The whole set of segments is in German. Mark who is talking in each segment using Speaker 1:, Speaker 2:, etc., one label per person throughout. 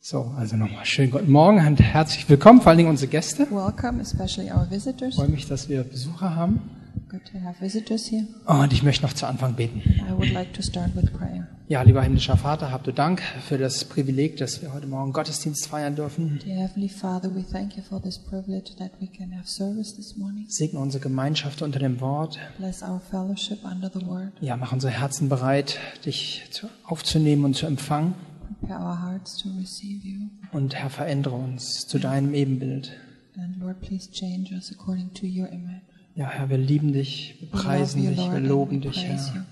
Speaker 1: So, also nochmal schönen guten Morgen und herzlich willkommen, vor allen Dingen unsere Gäste.
Speaker 2: Welcome, especially our visitors.
Speaker 1: Ich freue mich, dass wir Besucher haben.
Speaker 2: Good to have visitors here.
Speaker 1: Und ich möchte noch zu Anfang beten.
Speaker 2: I would like to start with prayer.
Speaker 1: Ja, lieber himmlischer Vater, habt du Dank für das Privileg, dass wir heute Morgen Gottesdienst feiern dürfen.
Speaker 2: Dear Heavenly Father, we thank you for this privilege that we can have service this morning.
Speaker 1: Segne unsere Gemeinschaft unter dem Wort.
Speaker 2: Bless our fellowship under the word.
Speaker 1: Ja, mach unsere Herzen bereit, dich zu, aufzunehmen und zu empfangen.
Speaker 2: Prepare our hearts to receive you.
Speaker 1: Und Herr, verändere uns zu deinem Ebenbild.
Speaker 2: And Lord, please change us according to your image.
Speaker 1: Ja, Herr, wir lieben dich, wir
Speaker 2: We love
Speaker 1: preisen
Speaker 2: you,
Speaker 1: dich,
Speaker 2: Lord,
Speaker 1: wir
Speaker 2: and
Speaker 1: loben
Speaker 2: we
Speaker 1: dich,
Speaker 2: praise
Speaker 1: Herr.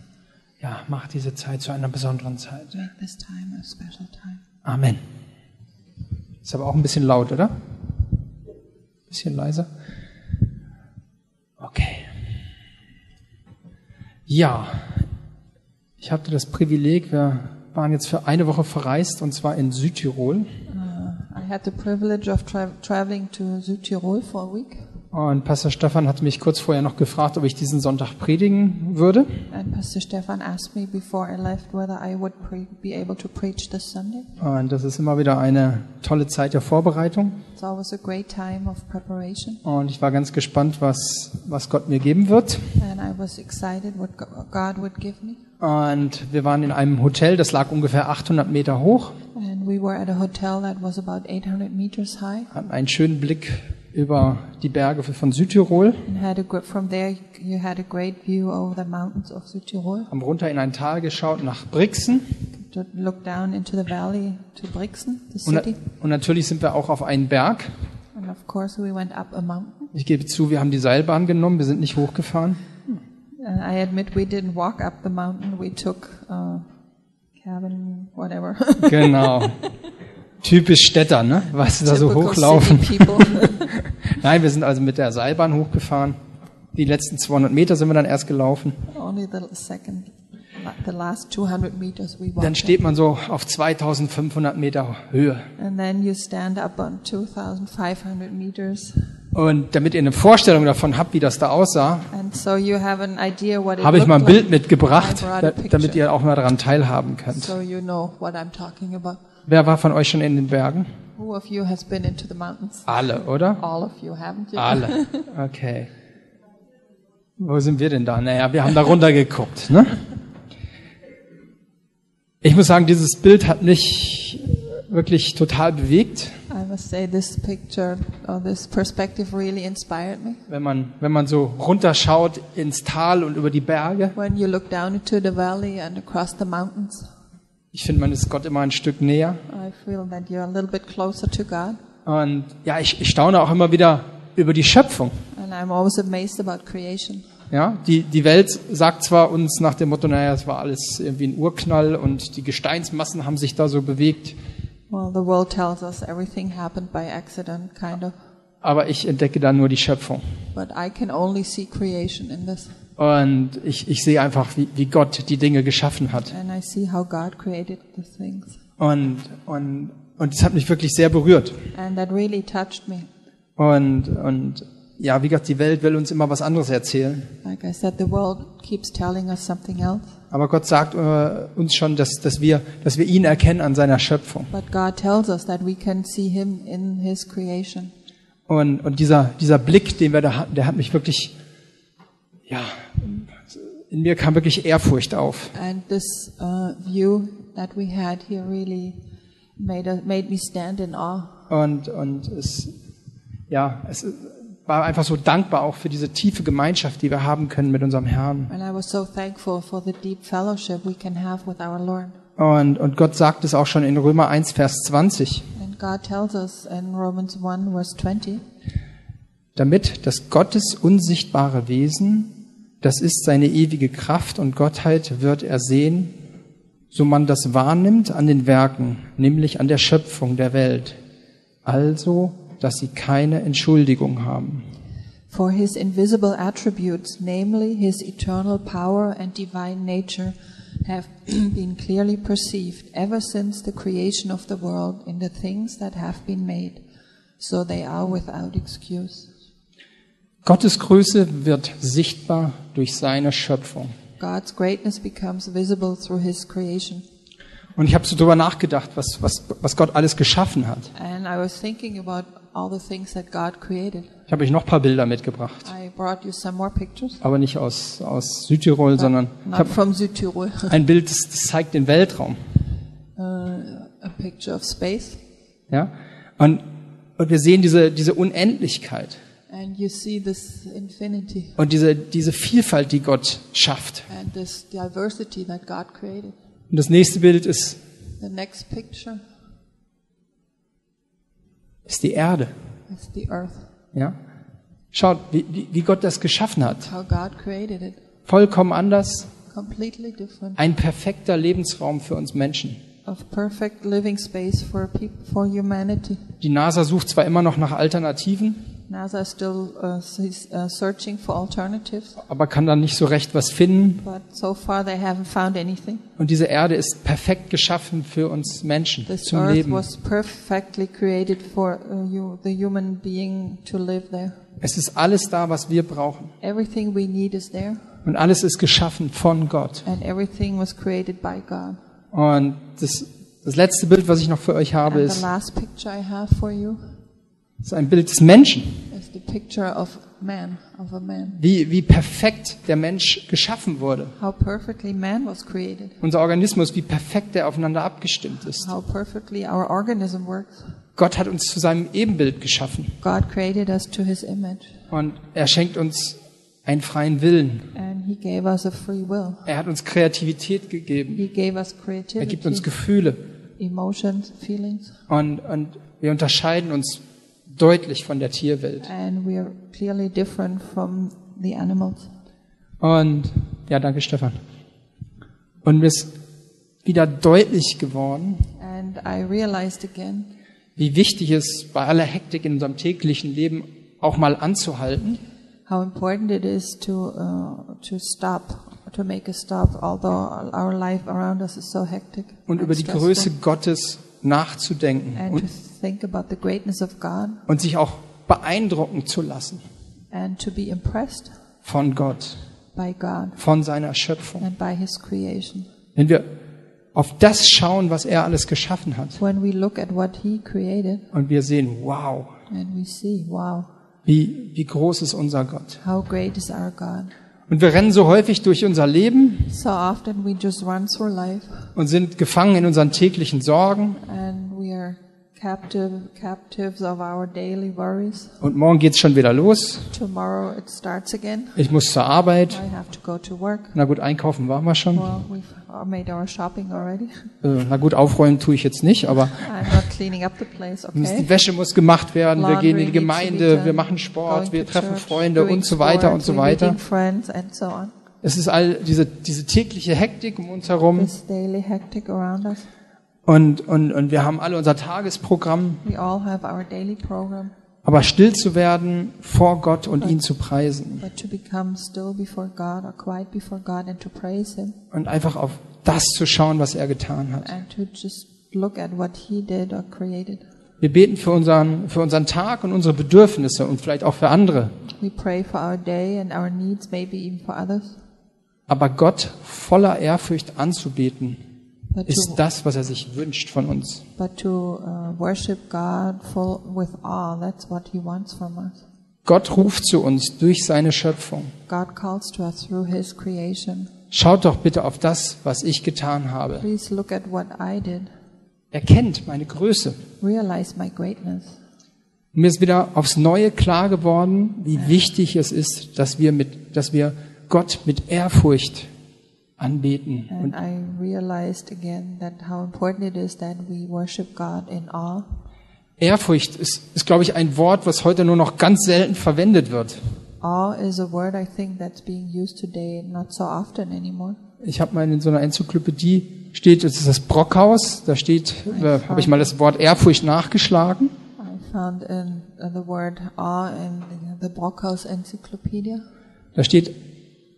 Speaker 1: Ja, mach diese Zeit zu einer besonderen Zeit.
Speaker 2: you. Make this time a special time.
Speaker 1: Amen. Ist aber auch ein bisschen laut, oder? Bisschen leiser. Okay. Ja, ich hatte das Privileg, wir waren jetzt für eine Woche verreist und zwar in Südtirol.
Speaker 2: I had the privilege of tra traveling to Südtirol for a week,
Speaker 1: Und Pastor Stefan hatte mich kurz vorher noch gefragt, ob ich diesen Sonntag predigen würde.
Speaker 2: and Pastor Stefan asked me before I left whether I would pre be able to preach this Sunday.
Speaker 1: Und das ist immer wieder eine tolle Zeit der Vorbereitung.
Speaker 2: It's always a great time of preparation.
Speaker 1: Und ich war ganz gespannt, was, was Gott mir geben wird.
Speaker 2: And I was excited what Go- God would give me.
Speaker 1: Und wir waren in einem Hotel, das lag ungefähr 800 Meter hoch,
Speaker 2: And we were at a hotel that was about 800 meters high
Speaker 1: hatten einen schönen Blick über die Berge von Südtirol,
Speaker 2: and had a gr- from there you had a great view over the mountains of Südtirol.
Speaker 1: haben runter in ein Tal geschaut nach Brixen
Speaker 2: To look down into the valley to Brixen, the
Speaker 1: und, na-
Speaker 2: city.
Speaker 1: und natürlich sind wir auch auf einen Berg.
Speaker 2: And of course we went up a mountain.
Speaker 1: Ich gebe zu, wir haben die Seilbahn genommen, wir sind nicht hochgefahren.
Speaker 2: Uh, I admit we didn't walk up the mountain. We took uh, cabin whatever.
Speaker 1: Genau. Typisch Städter, ne? Was da so
Speaker 2: Typical
Speaker 1: hochlaufen.
Speaker 2: city people.
Speaker 1: Nein, wir sind also mit der Seilbahn hochgefahren. Die letzten 200 Meter sind wir dann erst gelaufen.
Speaker 2: Only the second, the last 200 meters we walked.
Speaker 1: Dann
Speaker 2: up.
Speaker 1: steht man so auf 2500 Meter Höhe.
Speaker 2: And then you stand up on 2,500 meters.
Speaker 1: Und damit ihr eine Vorstellung davon habt, wie das da aussah,
Speaker 2: And so you have an idea what it
Speaker 1: habe ich
Speaker 2: looked
Speaker 1: mal ein
Speaker 2: like.
Speaker 1: Bild mitgebracht,
Speaker 2: I brought a
Speaker 1: da-
Speaker 2: picture.
Speaker 1: damit ihr auch mal daran teilhaben könnt.
Speaker 2: So you know what I'm talking about.
Speaker 1: Wer war von euch schon in den Bergen?
Speaker 2: Who of you has been into the mountains?
Speaker 1: Alle, oder?
Speaker 2: All of you, haven't you?
Speaker 1: Alle. Okay. Wo sind wir denn da? Naja, wir haben da runtergeguckt. Ne? Ich muss sagen, dieses Bild hat mich wirklich total bewegt,
Speaker 2: I must say this picture or this perspective really inspired me.
Speaker 1: wenn man, wenn man so runterschaut ins Tal und über die Berge.
Speaker 2: When you look down into the valley and across the mountains,
Speaker 1: Ich finde, man ist Gott immer ein Stück näher.
Speaker 2: I feel that you're a little bit closer to God.
Speaker 1: Und ja, ich, ich staune auch immer wieder über die Schöpfung.
Speaker 2: And I'm always amazed about creation.
Speaker 1: Ja, die, die Welt sagt zwar uns nach dem Motto, naja, es war alles irgendwie ein Urknall und die Gesteinsmassen haben sich da so bewegt,
Speaker 2: Well, the world tells us everything happened by accident, kind of.
Speaker 1: aber ich entdecke da nur die Schöpfung.
Speaker 2: But I can only see creation in this.
Speaker 1: Und ich, ich sehe einfach, wie, wie Gott die Dinge geschaffen hat.
Speaker 2: And I see how God created the things.
Speaker 1: Und, und, und das hat mich wirklich sehr berührt.
Speaker 2: And that really touched me.
Speaker 1: Und, und ja, wie gesagt, die Welt will uns immer was anderes erzählen.
Speaker 2: Like I said, the world keeps telling us something else,
Speaker 1: Aber Gott sagt äh, uns schon, dass, dass, wir, dass wir ihn erkennen an seiner Schöpfung.
Speaker 2: but God tells us that we can see Him in His creation.
Speaker 1: Und, und dieser, dieser Blick, den wir da hatten, der hat mich wirklich, ja, in mir kam wirklich Ehrfurcht auf.
Speaker 2: And this uh, view that we had here really made, a, made me stand in awe.
Speaker 1: Und, und es, ja, es war einfach so dankbar auch für diese tiefe Gemeinschaft, die wir haben können mit unserem Herrn.
Speaker 2: And I was so thankful for the deep fellowship we can have with our Lord.
Speaker 1: Und, und Gott sagt es auch schon in Römer 1, Vers 20,
Speaker 2: And God tells us in Romans 1, verse 20,
Speaker 1: damit das Gottes unsichtbare Wesen, das ist seine ewige Kraft und Gottheit, wird er sehen, so man das wahrnimmt an den Werken, nämlich an der Schöpfung der Welt. Also, dass sie keine Entschuldigung haben.
Speaker 2: For his invisible attributes, namely his eternal power and divine nature, have been clearly perceived ever since the creation of the world in the things that have been made, so they are without excuse.
Speaker 1: Gottes Größe wird sichtbar durch seine Schöpfung.
Speaker 2: God's greatness becomes visible through his creation.
Speaker 1: Und ich habe so drüber nachgedacht, was, was, was Gott alles geschaffen hat.
Speaker 2: And I was thinking about all the things that God created.
Speaker 1: Ich habe euch noch ein paar Bilder mitgebracht.
Speaker 2: I brought you some more pictures.
Speaker 1: Aber nicht aus, aus Südtirol, sondern ich
Speaker 2: Not
Speaker 1: habe
Speaker 2: from Südtirol.
Speaker 1: ein Bild, das, das zeigt den Weltraum.
Speaker 2: Uh, a picture of space.
Speaker 1: Ja? Und, und wir sehen diese, diese Unendlichkeit
Speaker 2: And you see this infinity
Speaker 1: und diese, diese Vielfalt, die Gott schafft.
Speaker 2: and this diversity that God created.
Speaker 1: Und das nächste Bild ist,
Speaker 2: The next picture
Speaker 1: ist die Erde.
Speaker 2: is the earth,
Speaker 1: Ja? Schaut, wie, wie wie Gott das geschaffen hat.
Speaker 2: how God created it.
Speaker 1: Vollkommen anders,
Speaker 2: Completely different,
Speaker 1: ein perfekter Lebensraum für uns Menschen.
Speaker 2: of perfect living space for peop- for humanity.
Speaker 1: Die NASA sucht zwar immer noch nach Alternativen,
Speaker 2: NASA is still uh, s- uh, searching for alternatives,
Speaker 1: aber kann dann nicht so recht was finden.
Speaker 2: but so far they haven't found anything.
Speaker 1: Und diese Erde ist perfekt geschaffen für uns Menschen
Speaker 2: This
Speaker 1: zum
Speaker 2: earth
Speaker 1: Leben.
Speaker 2: was perfectly created for uh, you, the human being to live there.
Speaker 1: Es ist alles da, was wir brauchen.
Speaker 2: Everything we need is there,
Speaker 1: Und alles ist geschaffen von Gott.
Speaker 2: and everything was created by God.
Speaker 1: Und das, das letzte Bild, was ich noch für euch habe,
Speaker 2: And the
Speaker 1: ist,
Speaker 2: last picture I have for you
Speaker 1: ist ein Bild des Menschen.
Speaker 2: is the picture of man, of a man.
Speaker 1: Wie, wie perfekt der Mensch geschaffen wurde.
Speaker 2: How perfectly man was created.
Speaker 1: Unser Organismus, wie perfekt der aufeinander abgestimmt ist.
Speaker 2: How perfectly our organism works.
Speaker 1: Gott hat uns zu seinem Ebenbild geschaffen.
Speaker 2: God created us to his image,
Speaker 1: Und er schenkt uns einen freien Willen.
Speaker 2: and he gave us a free will.
Speaker 1: Er hat uns Kreativität gegeben.
Speaker 2: He gave us
Speaker 1: Er gibt uns
Speaker 2: creativity,
Speaker 1: Gefühle.
Speaker 2: emotions, feelings,
Speaker 1: Und, und wir unterscheiden uns deutlich von der Tierwelt.
Speaker 2: and we are clearly different from the animals.
Speaker 1: Und ja, danke Stefan. Und mir ist wieder deutlich geworden,
Speaker 2: And I realized again
Speaker 1: wie wichtig es bei aller Hektik in unserem täglichen Leben auch mal anzuhalten
Speaker 2: how important it is to uh, to stop, to make a stop, although our life around us is so hectic.
Speaker 1: und
Speaker 2: and
Speaker 1: über die
Speaker 2: stressful,
Speaker 1: Größe Gottes nachzudenken
Speaker 2: and to
Speaker 1: und,
Speaker 2: think about the greatness of God
Speaker 1: und sich auch beeindrucken zu lassen
Speaker 2: and to be impressed
Speaker 1: von Gott,
Speaker 2: by God
Speaker 1: von seiner Schöpfung.
Speaker 2: and by His creation.
Speaker 1: Wenn wir auf das schauen, was er alles geschaffen hat
Speaker 2: When we look at what He created
Speaker 1: und wir sehen, wow,
Speaker 2: and we see, wow,
Speaker 1: wie, wie groß ist unser Gott.
Speaker 2: how great is our God.
Speaker 1: Und wir rennen so häufig durch unser Leben
Speaker 2: So often we just run through life
Speaker 1: und sind gefangen in unseren täglichen Sorgen
Speaker 2: and we are captive, captives of our daily worries.
Speaker 1: Und morgen geht's schon wieder los.
Speaker 2: Tomorrow it starts again.
Speaker 1: Ich muss zur Arbeit.
Speaker 2: I have to go to work.
Speaker 1: Na gut, einkaufen waren wir schon.
Speaker 2: Well, we've made our shopping already.
Speaker 1: Äh, Na gut, aufräumen tue ich jetzt nicht, aber
Speaker 2: I'm not cleaning up the place,
Speaker 1: die
Speaker 2: okay?
Speaker 1: Wäsche muss gemacht werden. Wir
Speaker 2: Laundry
Speaker 1: gehen in die
Speaker 2: needs to be
Speaker 1: Gemeinde,
Speaker 2: done.
Speaker 1: wir machen Sport,
Speaker 2: Going
Speaker 1: wir
Speaker 2: to
Speaker 1: treffen
Speaker 2: church,
Speaker 1: Freunde
Speaker 2: doing
Speaker 1: und so weiter
Speaker 2: sport,
Speaker 1: und so
Speaker 2: we're
Speaker 1: weiter.
Speaker 2: meeting friends and so on.
Speaker 1: Es ist all diese, diese tägliche Hektik um uns herum.
Speaker 2: This daily hectic around us.
Speaker 1: Und, und, und wir haben alle unser Tagesprogramm.
Speaker 2: We all have our daily program,
Speaker 1: Aber still zu werden vor Gott und ihn zu preisen.
Speaker 2: but to become still before God or quiet before God and to praise Him
Speaker 1: Und einfach auf das zu schauen, was er getan hat.
Speaker 2: and to just look at what He did or created.
Speaker 1: Wir beten für unseren, für unseren Tag und unsere Bedürfnisse und vielleicht auch für andere.
Speaker 2: We pray for our day and our needs, maybe even for others.
Speaker 1: Aber Gott voller Ehrfurcht anzubeten,
Speaker 2: But
Speaker 1: ist
Speaker 2: to,
Speaker 1: das, was er sich wünscht von uns.
Speaker 2: but to uh, worship God full with awe, that's what He wants from us.
Speaker 1: Gott ruft zu uns durch seine Schöpfung.
Speaker 2: God calls to us through His creation.
Speaker 1: Schaut doch bitte auf das, was ich getan habe.
Speaker 2: Please look at what I did.
Speaker 1: Erkennt meine Größe.
Speaker 2: Realize my greatness.
Speaker 1: Mir ist wieder aufs Neue klar geworden, wie wichtig es ist, dass wir, mit, dass wir Gott mit Ehrfurcht anbeten.
Speaker 2: And I realized again that how important it is that we worship God in awe.
Speaker 1: Ehrfurcht ist, ist, glaube ich, ein Wort, was heute nur noch ganz selten verwendet wird.
Speaker 2: Awe is a word I think that's being used today not so often anymore.
Speaker 1: Ich habe mal in so einer Enzyklopädie steht, es ist das Brockhaus, da steht, äh, habe ich mal das Wort Ehrfurcht nachgeschlagen
Speaker 2: I found in uh, the word awe in the Brockhaus Encyclopedia.
Speaker 1: Da steht,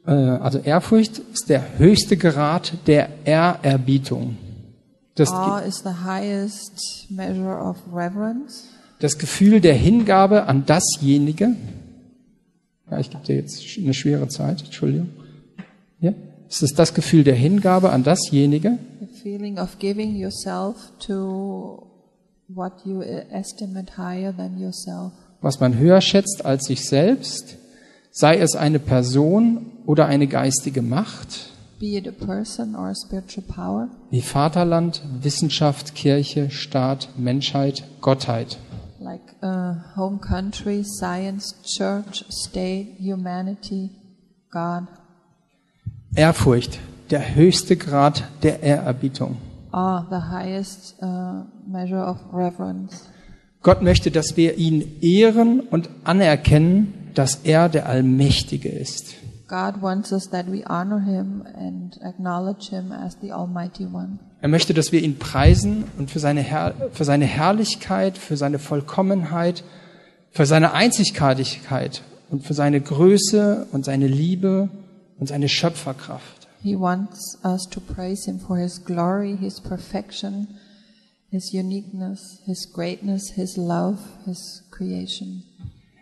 Speaker 1: äh, also Ehrfurcht ist der höchste Grad der Ehrerbietung. Das,
Speaker 2: Awe is the highest measure of reverence,
Speaker 1: das Gefühl der Hingabe an dasjenige. Ja, ich gebe dir jetzt sch- eine schwere Zeit, Entschuldigung. Ja? Es ist das Gefühl der Hingabe an dasjenige,
Speaker 2: The feeling of giving yourself to what you uh, estimate higher than yourself,
Speaker 1: was man höher schätzt als sich selbst, sei es eine Person oder eine geistige Macht,
Speaker 2: be it a person or a spiritual power,
Speaker 1: wie Vaterland, Wissenschaft, Kirche, Staat, Menschheit, Gottheit.
Speaker 2: like uh, home country, science, church, state, humanity, God,
Speaker 1: Ehrfurcht, der höchste Grad der Ehrerbietung.
Speaker 2: are the highest uh, measure of reverence.
Speaker 1: Gott möchte, dass wir ihn ehren und anerkennen, dass er der Allmächtige ist.
Speaker 2: God wants us that we honor Him and acknowledge Him as the Almighty One.
Speaker 1: Er möchte, dass wir ihn preisen und für seine, Herr, für seine Herrlichkeit, für seine Vollkommenheit, für seine Einzigartigkeit und für seine Größe und seine Liebe und seine Schöpferkraft.
Speaker 2: He wants us to praise Him for His glory, His perfection, His uniqueness, His greatness, His love, His creation.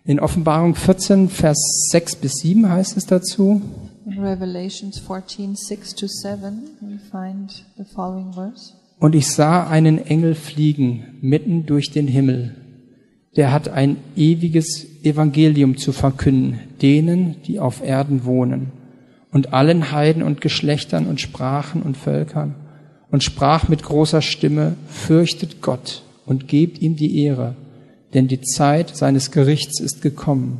Speaker 1: In Offenbarung 14, Vers 6 bis 7 heißt es dazu,
Speaker 2: In Revelations 14 6 to 7, we find the following verse.
Speaker 1: Und ich sah einen Engel fliegen mitten durch den Himmel. Der hat ein ewiges Evangelium zu verkünden, denen, die auf Erden wohnen, und allen Heiden und Geschlechtern und Sprachen und Völkern, und sprach mit großer Stimme, fürchtet Gott und gebt ihm die Ehre, denn die Zeit seines Gerichts ist gekommen,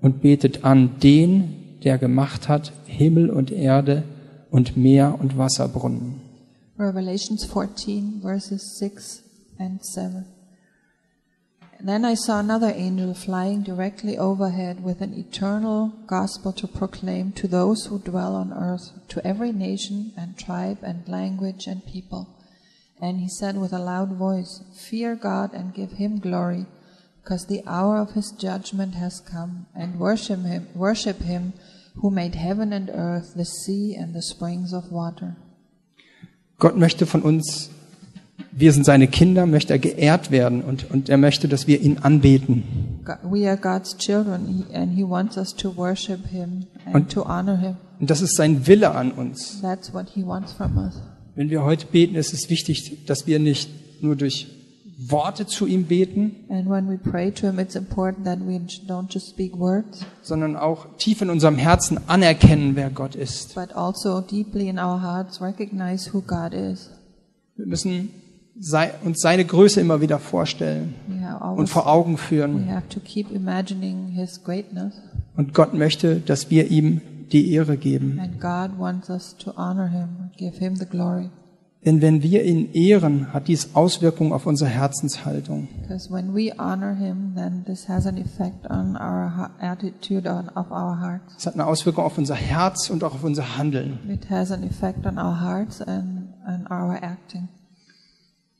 Speaker 1: und betet an den, der gemacht hat Himmel und Erde und Meer und Wasserbrunnen.
Speaker 2: Revelations 14, verses 6 and 7. Then I saw another angel flying directly overhead with an eternal gospel to proclaim to those who dwell on earth, to every nation and tribe and language and people. And he said with a loud voice, Fear God and give him glory, because the hour of his judgment has come, and worship him, worship him who made heaven and earth, the sea and the springs of water.
Speaker 1: Gott möchte von uns, wir sind seine Kinder, möchte er geehrt werden und, und er möchte, dass wir ihn anbeten.
Speaker 2: God, we are God's children, and He wants us to worship Him and,
Speaker 1: Und-
Speaker 2: to honor Him.
Speaker 1: Und das ist sein Wille an uns.
Speaker 2: That's what He wants from us.
Speaker 1: Wenn wir heute beten, ist es wichtig, dass wir nicht nur durch Worte zu ihm beten,
Speaker 2: And when we pray to Him, it's important that we j- don't just speak words,
Speaker 1: sondern auch tief in unserem Herzen anerkennen, wer Gott ist.
Speaker 2: but also deeply in our hearts recognize who God is.
Speaker 1: Wir müssen sei, uns seine Größe immer wieder vorstellen
Speaker 2: We have,
Speaker 1: und
Speaker 2: always,
Speaker 1: vor Augen
Speaker 2: we
Speaker 1: führen.
Speaker 2: have to keep imagining His greatness,
Speaker 1: Und Gott möchte, dass wir ihm die Ehre geben.
Speaker 2: and God wants us to honor Him, give Him the glory.
Speaker 1: Denn wenn wir ihn ehren, hat dies Auswirkungen auf unsere Herzenshaltung.
Speaker 2: Because when we honor Him, then this has an effect on our ha- attitude on, of our hearts.
Speaker 1: Es hat eine Auswirkung auf unser Herz und auch auf unser Handeln.
Speaker 2: It has an effect on our hearts and, and our acting.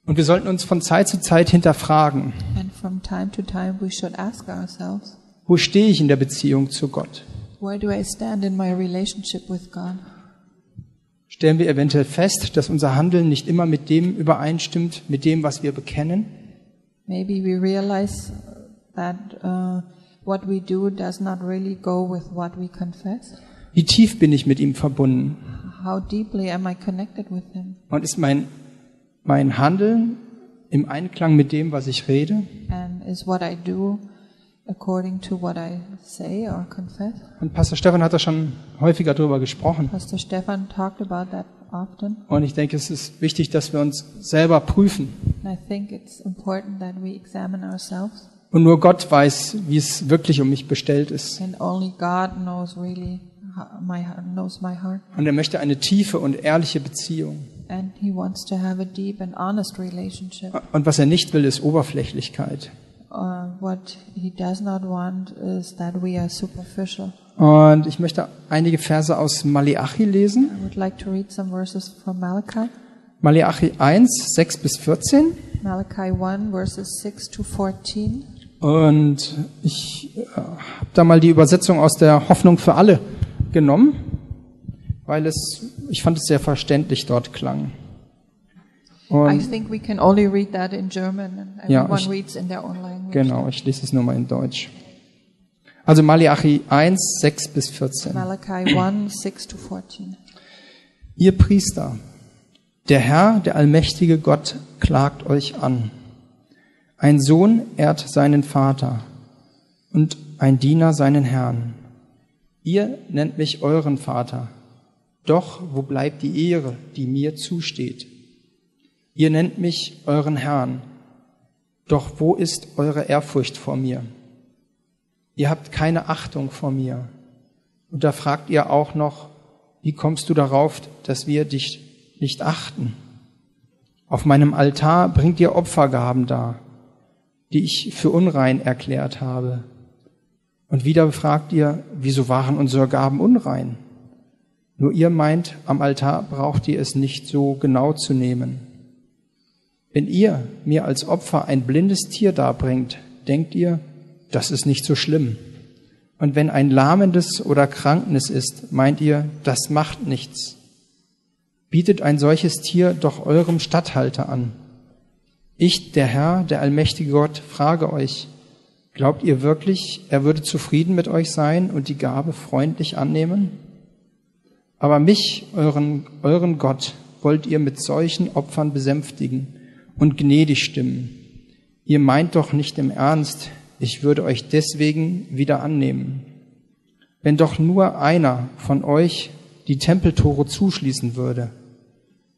Speaker 1: Und wir sollten uns von Zeit zu Zeit hinterfragen,
Speaker 2: And from time to time, we should ask ourselves,
Speaker 1: wo stehe ich in der Beziehung zu Gott?
Speaker 2: where do I stand in my relationship with God?
Speaker 1: Stellen wir eventuell fest, dass unser Handeln nicht immer mit dem übereinstimmt, mit dem, was wir bekennen?
Speaker 2: Maybe we realize that uh, what we do does not really go with what we confess.
Speaker 1: Wie tief bin ich mit ihm verbunden?
Speaker 2: How deeply am I connected with Him?
Speaker 1: Und ist mein, mein Handeln im Einklang mit dem, was ich rede?
Speaker 2: And is what I do according to what I say or confess?
Speaker 1: Und Pastor Stefan hat da schon häufiger drüber gesprochen.
Speaker 2: Pastor Stefan talked about that often.
Speaker 1: Und ich denke, es ist wichtig, dass wir uns selber prüfen.
Speaker 2: And I think it's important that we examine ourselves.
Speaker 1: Und nur Gott weiß, wie es wirklich um mich bestellt ist.
Speaker 2: And only God knows really ho- my knows my heart,
Speaker 1: Und er möchte eine tiefe und ehrliche Beziehung.
Speaker 2: and He wants to have a deep and honest relationship.
Speaker 1: Und was er nicht will, ist Oberflächlichkeit.
Speaker 2: Uh, what He does not want is that we are superficial.
Speaker 1: Und ich möchte einige Verse aus Maleachi lesen.
Speaker 2: I would like to read some verses from Malachi,
Speaker 1: Maleachi 1, 6 bis 14.
Speaker 2: Malachi one verses six to fourteen.
Speaker 1: Und ich äh, habe da mal die Übersetzung aus der Hoffnung für alle genommen, weil es, ich fand es sehr verständlich dort klang.
Speaker 2: I
Speaker 1: Und
Speaker 2: think we can only read that in German, and
Speaker 1: Ja,
Speaker 2: everyone
Speaker 1: ich-
Speaker 2: reads in their own language.
Speaker 1: genau, ich lese es nur mal in Deutsch. Also Maleachi 1, 6 bis 14.
Speaker 2: Malachi one six to fourteen.
Speaker 1: Ihr Priester, der Herr, der allmächtige Gott, klagt euch an. Ein Sohn ehrt seinen Vater und ein Diener seinen Herrn. Ihr nennt mich euren Vater, doch wo bleibt die Ehre, die mir zusteht? Ihr nennt mich euren Herrn, doch wo ist eure Ehrfurcht vor mir? Ihr habt keine Achtung vor mir. Und da fragt ihr auch noch, wie kommst du darauf, dass wir dich nicht achten? Auf meinem Altar bringt ihr Opfergaben dar, die ich für unrein erklärt habe. Und wieder fragt ihr, wieso waren unsere Gaben unrein? Nur ihr meint, am Altar braucht ihr es nicht so genau zu nehmen. Wenn ihr mir als Opfer ein blindes Tier darbringt, denkt ihr, das ist nicht so schlimm. Und wenn ein lahmendes oder Kranknis ist, meint ihr, das macht nichts. Bietet ein solches Tier doch eurem Statthalter an. Ich, der Herr, der allmächtige Gott, frage euch, glaubt ihr wirklich, er würde zufrieden mit euch sein und die Gabe freundlich annehmen? Aber mich, euren, euren Gott, wollt ihr mit solchen Opfern besänftigen und gnädig stimmen. Ihr meint doch nicht im Ernst, ich würde euch deswegen wieder annehmen. Wenn doch nur einer von euch die Tempeltore zuschließen würde,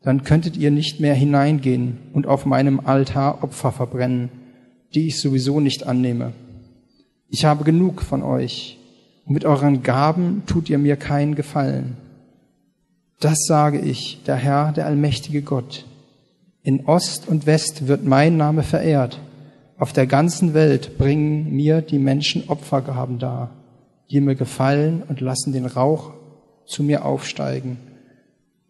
Speaker 1: dann könntet ihr nicht mehr hineingehen und auf meinem Altar Opfer verbrennen, die ich sowieso nicht annehme. Ich habe genug von euch, und mit euren Gaben tut ihr mir keinen Gefallen. Das sage ich, der Herr, der allmächtige Gott. In Ost und West wird mein Name verehrt, auf der ganzen Welt bringen mir die Menschen Opfergaben dar, die mir gefallen und lassen den Rauch zu mir aufsteigen.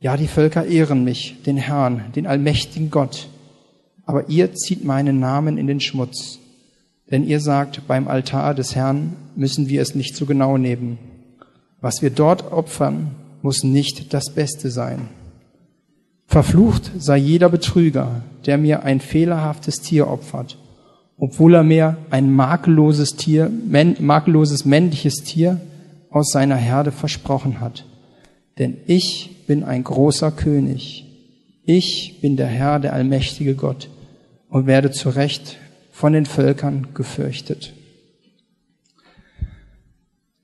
Speaker 1: Ja, die Völker ehren mich, den Herrn, den allmächtigen Gott. Aber ihr zieht meinen Namen in den Schmutz. Denn ihr sagt, beim Altar des Herrn müssen wir es nicht so genau nehmen. Was wir dort opfern, muss nicht das Beste sein. Verflucht sei jeder Betrüger, der mir ein fehlerhaftes Tier opfert obwohl er mir ein makelloses Tier, men, makelloses männliches Tier aus seiner Herde versprochen hat. Denn ich bin ein großer König. Ich bin der Herr, der allmächtige Gott und werde zu Recht von den Völkern gefürchtet.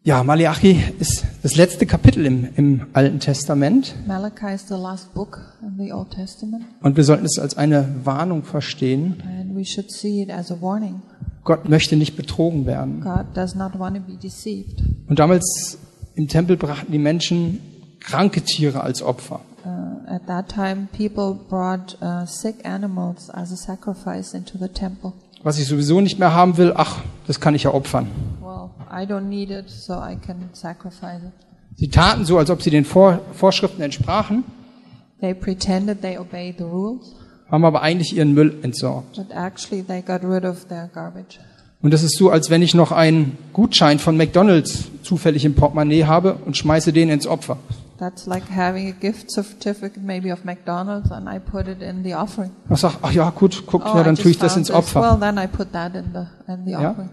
Speaker 1: Ja, Malachi ist das letzte Kapitel im, im Alten Testament
Speaker 2: Malachi is the last book in the Old Testament,
Speaker 1: und wir sollten es als eine Warnung verstehen.
Speaker 2: and we should see it as a warning.
Speaker 1: Gott möchte nicht betrogen werden.
Speaker 2: God does not want to be deceived.
Speaker 1: Und damals im Tempel brachten die Menschen kranke Tiere als Opfer.
Speaker 2: Uh, at that time, people brought uh, sick animals as a sacrifice into the temple.
Speaker 1: Was ich sowieso nicht mehr haben will, ach, das kann ich ja opfern.
Speaker 2: Well, I don't need it, so I can sacrifice it.
Speaker 1: Sie taten so, als ob sie den Vor Vorschriften entsprachen,
Speaker 2: They pretended they obeyed the rules,
Speaker 1: haben aber eigentlich ihren Müll entsorgt.
Speaker 2: but actually they got rid of their garbage.
Speaker 1: Und das ist so, als wenn ich noch einen Gutschein von McDonalds zufällig im Portemonnaie habe und schmeiße den ins Opfer.
Speaker 2: That's like having a gift certificate, maybe of McDonald's, and I put it in the offering. Oh,
Speaker 1: Und sage, ach ja, gut, guck,
Speaker 2: I
Speaker 1: ja, dann
Speaker 2: just
Speaker 1: tue ich Oh, das
Speaker 2: found
Speaker 1: ins
Speaker 2: this.
Speaker 1: Opfer.
Speaker 2: Well, then I put that in the in the
Speaker 1: Ja.
Speaker 2: offering.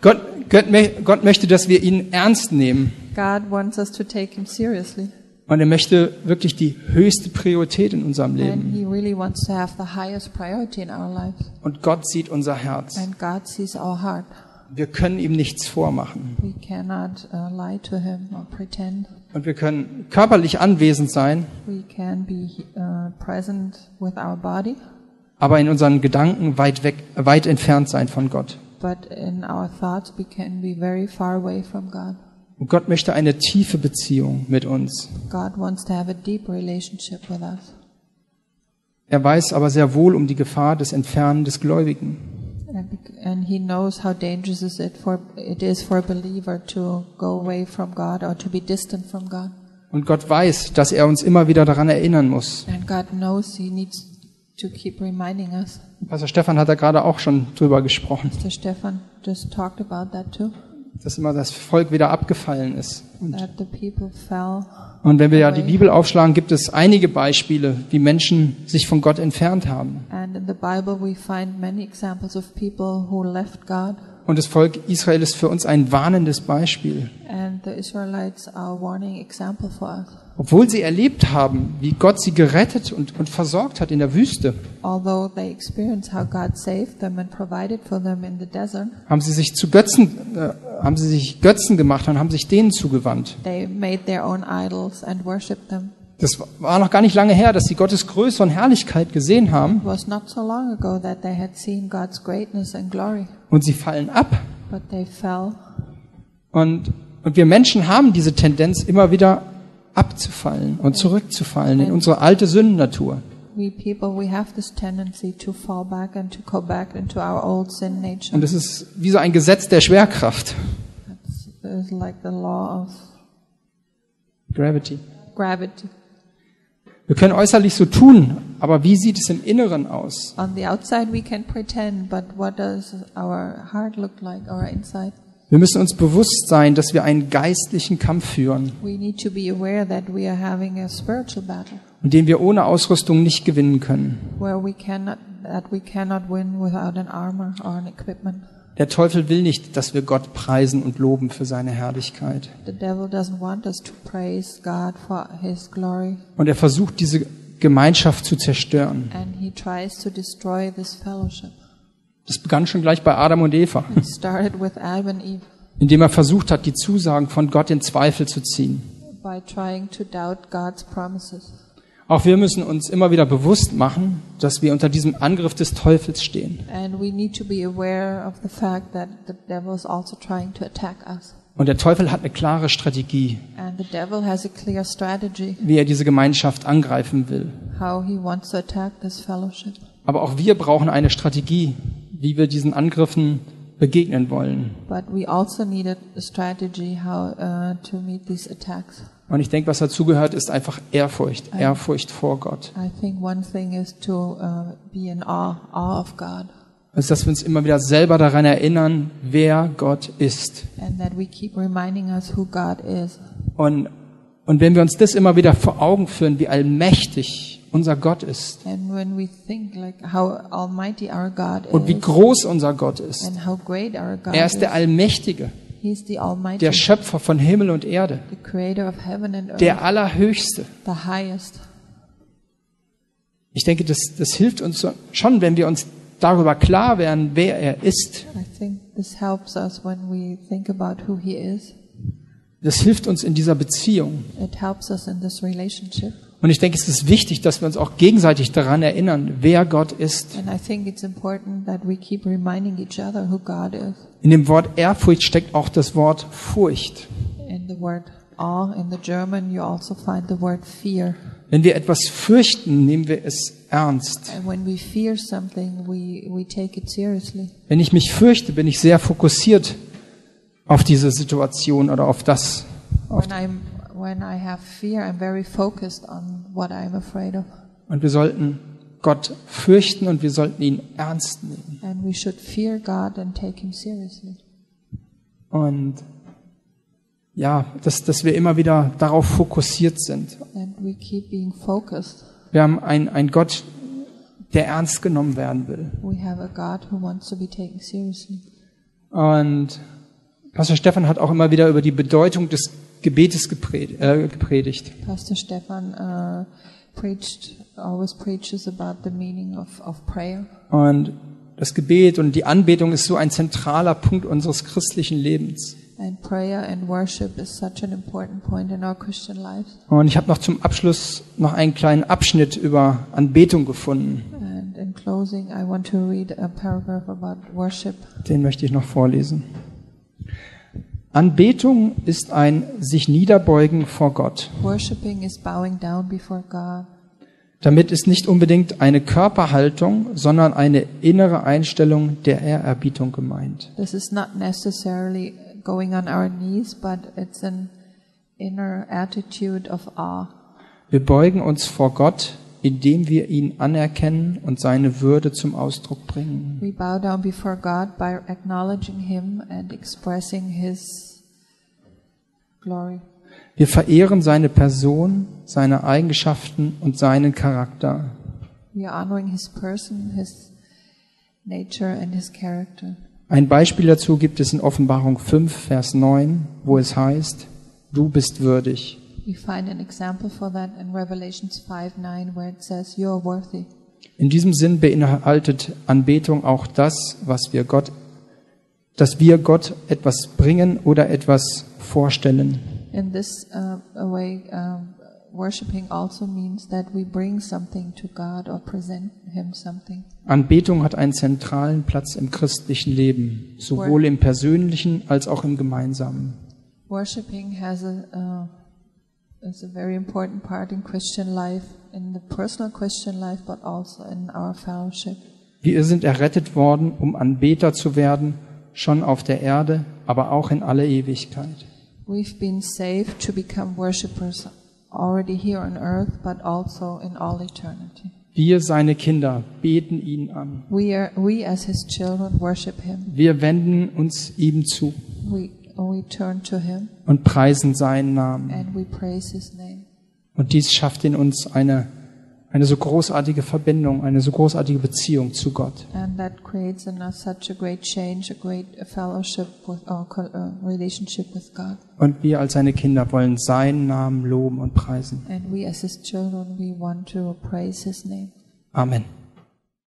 Speaker 1: Gott, Gott, mö- Gott möchte, dass wir ihn ernst nehmen.
Speaker 2: God wants us to take Him seriously,
Speaker 1: Und er möchte wirklich die höchste Priorität in unserem Leben.
Speaker 2: and He really wants to have the highest priority in our lives.
Speaker 1: Und Gott sieht unser Herz.
Speaker 2: And God sees our heart.
Speaker 1: Wir können ihm nichts vormachen.
Speaker 2: We cannot uh, lie to Him or pretend.
Speaker 1: Und wir können körperlich anwesend sein,
Speaker 2: We can be uh, present with our body,
Speaker 1: aber in unseren Gedanken weit weg, weit entfernt sein von Gott.
Speaker 2: but in our thoughts we can be very far away from God.
Speaker 1: Und Gott möchte eine tiefe Beziehung mit uns.
Speaker 2: God wants to have a deep relationship with us.
Speaker 1: Er weiß aber sehr wohl um die Gefahr des Entfernen des Gläubigen.
Speaker 2: And bec- And he knows how dangerous is it for it is for a believer to go away from God or to be distant from God.
Speaker 1: Und Gott weiß, dass er uns immer wieder daran erinnern muss.
Speaker 2: And God knows he needs to keep reminding us.
Speaker 1: Pastor Stefan hat da gerade auch schon drüber gesprochen,
Speaker 2: Mr. Stefan just talked about that too.
Speaker 1: dass immer das Volk wieder abgefallen ist.
Speaker 2: That the people fell.
Speaker 1: Und wenn wir ja die Bibel aufschlagen, gibt es einige Beispiele, wie Menschen sich von Gott entfernt haben.
Speaker 2: And in the Bible we find many examples of people who left God.
Speaker 1: Und das Volk Israel ist für uns ein warnendes Beispiel.
Speaker 2: And the Israelites are a warning example for us.
Speaker 1: Obwohl sie erlebt haben, wie Gott sie gerettet und, und versorgt hat in der Wüste,
Speaker 2: Although they experienced how God saved them and provided for them in the desert,
Speaker 1: haben sie sich zu Götzen, äh, haben sie sich Götzen gemacht und haben sich denen zugewandt.
Speaker 2: they made their own idols and worshipped them.
Speaker 1: Das war noch gar nicht lange her, dass sie Gottes Größe und Herrlichkeit gesehen haben
Speaker 2: It was not so long ago that they had seen God's greatness and glory,
Speaker 1: und sie fallen ab.
Speaker 2: but they fell.
Speaker 1: Und, und wir Menschen haben diese Tendenz, immer wieder abzufallen und zurückzufallen in unsere alte Sündennatur.
Speaker 2: We people, we have this tendency to fall back and to go back into our old sin nature.
Speaker 1: Und das ist wie so ein Gesetz der Schwerkraft.
Speaker 2: It's, it's like the law of
Speaker 1: Gravity.
Speaker 2: gravity.
Speaker 1: Wir können äußerlich so tun, aber wie sieht es im Inneren aus?
Speaker 2: On the outside, we can pretend, but what does our heart look like, our inside?
Speaker 1: Wir müssen uns bewusst sein, dass wir einen geistlichen Kampf führen
Speaker 2: We need to be aware that we are having a spiritual battle
Speaker 1: und den wir ohne Ausrüstung nicht gewinnen können.
Speaker 2: where we cannot, that we cannot win without an armor or an equipment.
Speaker 1: Der Teufel will nicht, dass wir Gott preisen und loben für seine Herrlichkeit.
Speaker 2: The devil doesn't want us to praise God for his glory,
Speaker 1: Und er versucht, diese Gemeinschaft zu zerstören.
Speaker 2: and he tries to destroy this fellowship.
Speaker 1: Das begann schon gleich bei Adam und Eva,
Speaker 2: It started with Adam and Eve
Speaker 1: indem er versucht hat, die Zusagen von Gott in Zweifel zu ziehen.
Speaker 2: by trying to doubt God's promises.
Speaker 1: Auch wir müssen uns immer wieder bewusst machen, dass wir unter diesem Angriff des Teufels stehen.
Speaker 2: And we need to be aware of the fact that the devil is also trying to attack us.
Speaker 1: Und der Teufel hat eine klare Strategie,
Speaker 2: And the devil has a clear strategy
Speaker 1: wie er diese Gemeinschaft angreifen will.
Speaker 2: how he wants to attack this fellowship.
Speaker 1: Aber auch wir brauchen eine Strategie, wie wir diesen Angriffen begegnen wollen.
Speaker 2: But we also need a a strategy how uh, to meet these attacks.
Speaker 1: Und ich denke, was dazugehört, ist einfach Ehrfurcht, Ehrfurcht vor Gott.
Speaker 2: I think one thing is to uh, be in awe, awe of God,
Speaker 1: Also, dass wir uns immer wieder selber daran erinnern, wer Gott ist.
Speaker 2: and that we keep reminding us who God is.
Speaker 1: Und, und wenn wir uns das immer wieder vor Augen führen, wie allmächtig unser Gott ist
Speaker 2: And when we think like how almighty our God
Speaker 1: und wie
Speaker 2: is,
Speaker 1: groß unser Gott ist.
Speaker 2: and how great our God
Speaker 1: Er ist
Speaker 2: is,
Speaker 1: der Allmächtige,
Speaker 2: He's the Almighty,
Speaker 1: der Schöpfer von Himmel und Erde,
Speaker 2: the Creator of heaven and earth,
Speaker 1: der Allerhöchste.
Speaker 2: the highest.
Speaker 1: Ich denke, das, das hilft uns so- schon, wenn wir uns darüber klar werden, wer er ist.
Speaker 2: I think this helps us when we think about who He is.
Speaker 1: Das hilft uns in dieser Beziehung.
Speaker 2: It helps us in this relationship.
Speaker 1: Und ich denke, es ist wichtig, dass wir uns auch gegenseitig daran erinnern, wer Gott ist.
Speaker 2: And I think it's important that we keep reminding each other who God is.
Speaker 1: In dem Wort Ehrfurcht steckt auch das Wort Furcht.
Speaker 2: In the word awe, in the German, you also find the word fear.
Speaker 1: Wenn wir etwas fürchten, nehmen wir es ernst.
Speaker 2: And when we fear something, we, we take it seriously.
Speaker 1: Wenn ich mich fürchte, bin ich sehr fokussiert auf diese Situation oder auf das.
Speaker 2: When, I'm, when I have fear, I'm very focused on what I'm afraid of.
Speaker 1: Und wir sollten Gott fürchten und wir sollten ihn ernst nehmen.
Speaker 2: And we should fear God and take Him seriously.
Speaker 1: Und ja, dass, dass wir immer wieder darauf fokussiert sind.
Speaker 2: And we keep being focused.
Speaker 1: Wir haben einen, einen Gott, der ernst genommen werden will.
Speaker 2: We have a God who wants to be taken seriously.
Speaker 1: Und Pastor Stefan hat auch immer wieder über die Bedeutung des Gebetes gepred- äh, gepredigt.
Speaker 2: Pastor Stefan uh, preached, always preaches about the meaning of, of prayer.
Speaker 1: Und das Gebet und die Anbetung ist so ein zentraler Punkt unseres christlichen Lebens.
Speaker 2: And prayer and worship is such an important point in our Christian lives.
Speaker 1: Und ich habe noch zum Abschluss noch einen kleinen Abschnitt über Anbetung gefunden.
Speaker 2: And in closing, I want to read a paragraph about worship.
Speaker 1: Den möchte ich noch vorlesen. Anbetung ist ein sich niederbeugen vor Gott.
Speaker 2: Worshipping is bowing down before God.
Speaker 1: Damit ist nicht unbedingt eine Körperhaltung, sondern eine innere Einstellung der Ehrerbietung gemeint.
Speaker 2: This is not necessarily going on our knees, but it's an inner attitude of awe.
Speaker 1: Wir beugen uns vor Gott, indem wir ihn anerkennen und seine Würde zum Ausdruck bringen.
Speaker 2: We bow down before God by acknowledging Him and expressing His glory.
Speaker 1: Wir verehren seine Person, seine Eigenschaften und seinen Charakter.
Speaker 2: We are honoring His person, His nature, and His character.
Speaker 1: Ein Beispiel dazu gibt es in Offenbarung 5, Vers 9, wo es heißt, du bist würdig.
Speaker 2: We find an example for that in Revelations 5 9, where it says, You're worthy.
Speaker 1: In diesem Sinn beinhaltet Anbetung auch das, was wir Gott, dass wir Gott etwas bringen oder etwas vorstellen.
Speaker 2: In this uh, way, um, worshiping also means that we bring something to God or present Him something.
Speaker 1: Anbetung hat einen zentralen Platz im christlichen Leben, sowohl im persönlichen als auch im gemeinsamen.
Speaker 2: Worshipping has a uh, is a very important part in Christian life, in the personal Christian life, but also in our fellowship.
Speaker 1: Wir sind errettet worden, um Anbeter zu werden, schon auf der Erde, aber auch in alle Ewigkeit.
Speaker 2: We've been saved to become worshippers already here on earth, but also in all eternity.
Speaker 1: Wir, seine Kinder, beten ihn an.
Speaker 2: We are we as His children worship Him.
Speaker 1: Wir wenden uns ihm zu
Speaker 2: We we turn to Him
Speaker 1: und preisen seinen Namen.
Speaker 2: and we praise His name.
Speaker 1: Und dies schafft in uns eine, eine so großartige Verbindung, eine so großartige Beziehung zu Gott.
Speaker 2: And that creates in us such a great change, a great fellowship with our co- uh, relationship with God.
Speaker 1: Und wir als seine Kinder wollen seinen Namen loben und preisen.
Speaker 2: And we, as His children, we want to praise His name.
Speaker 1: Amen.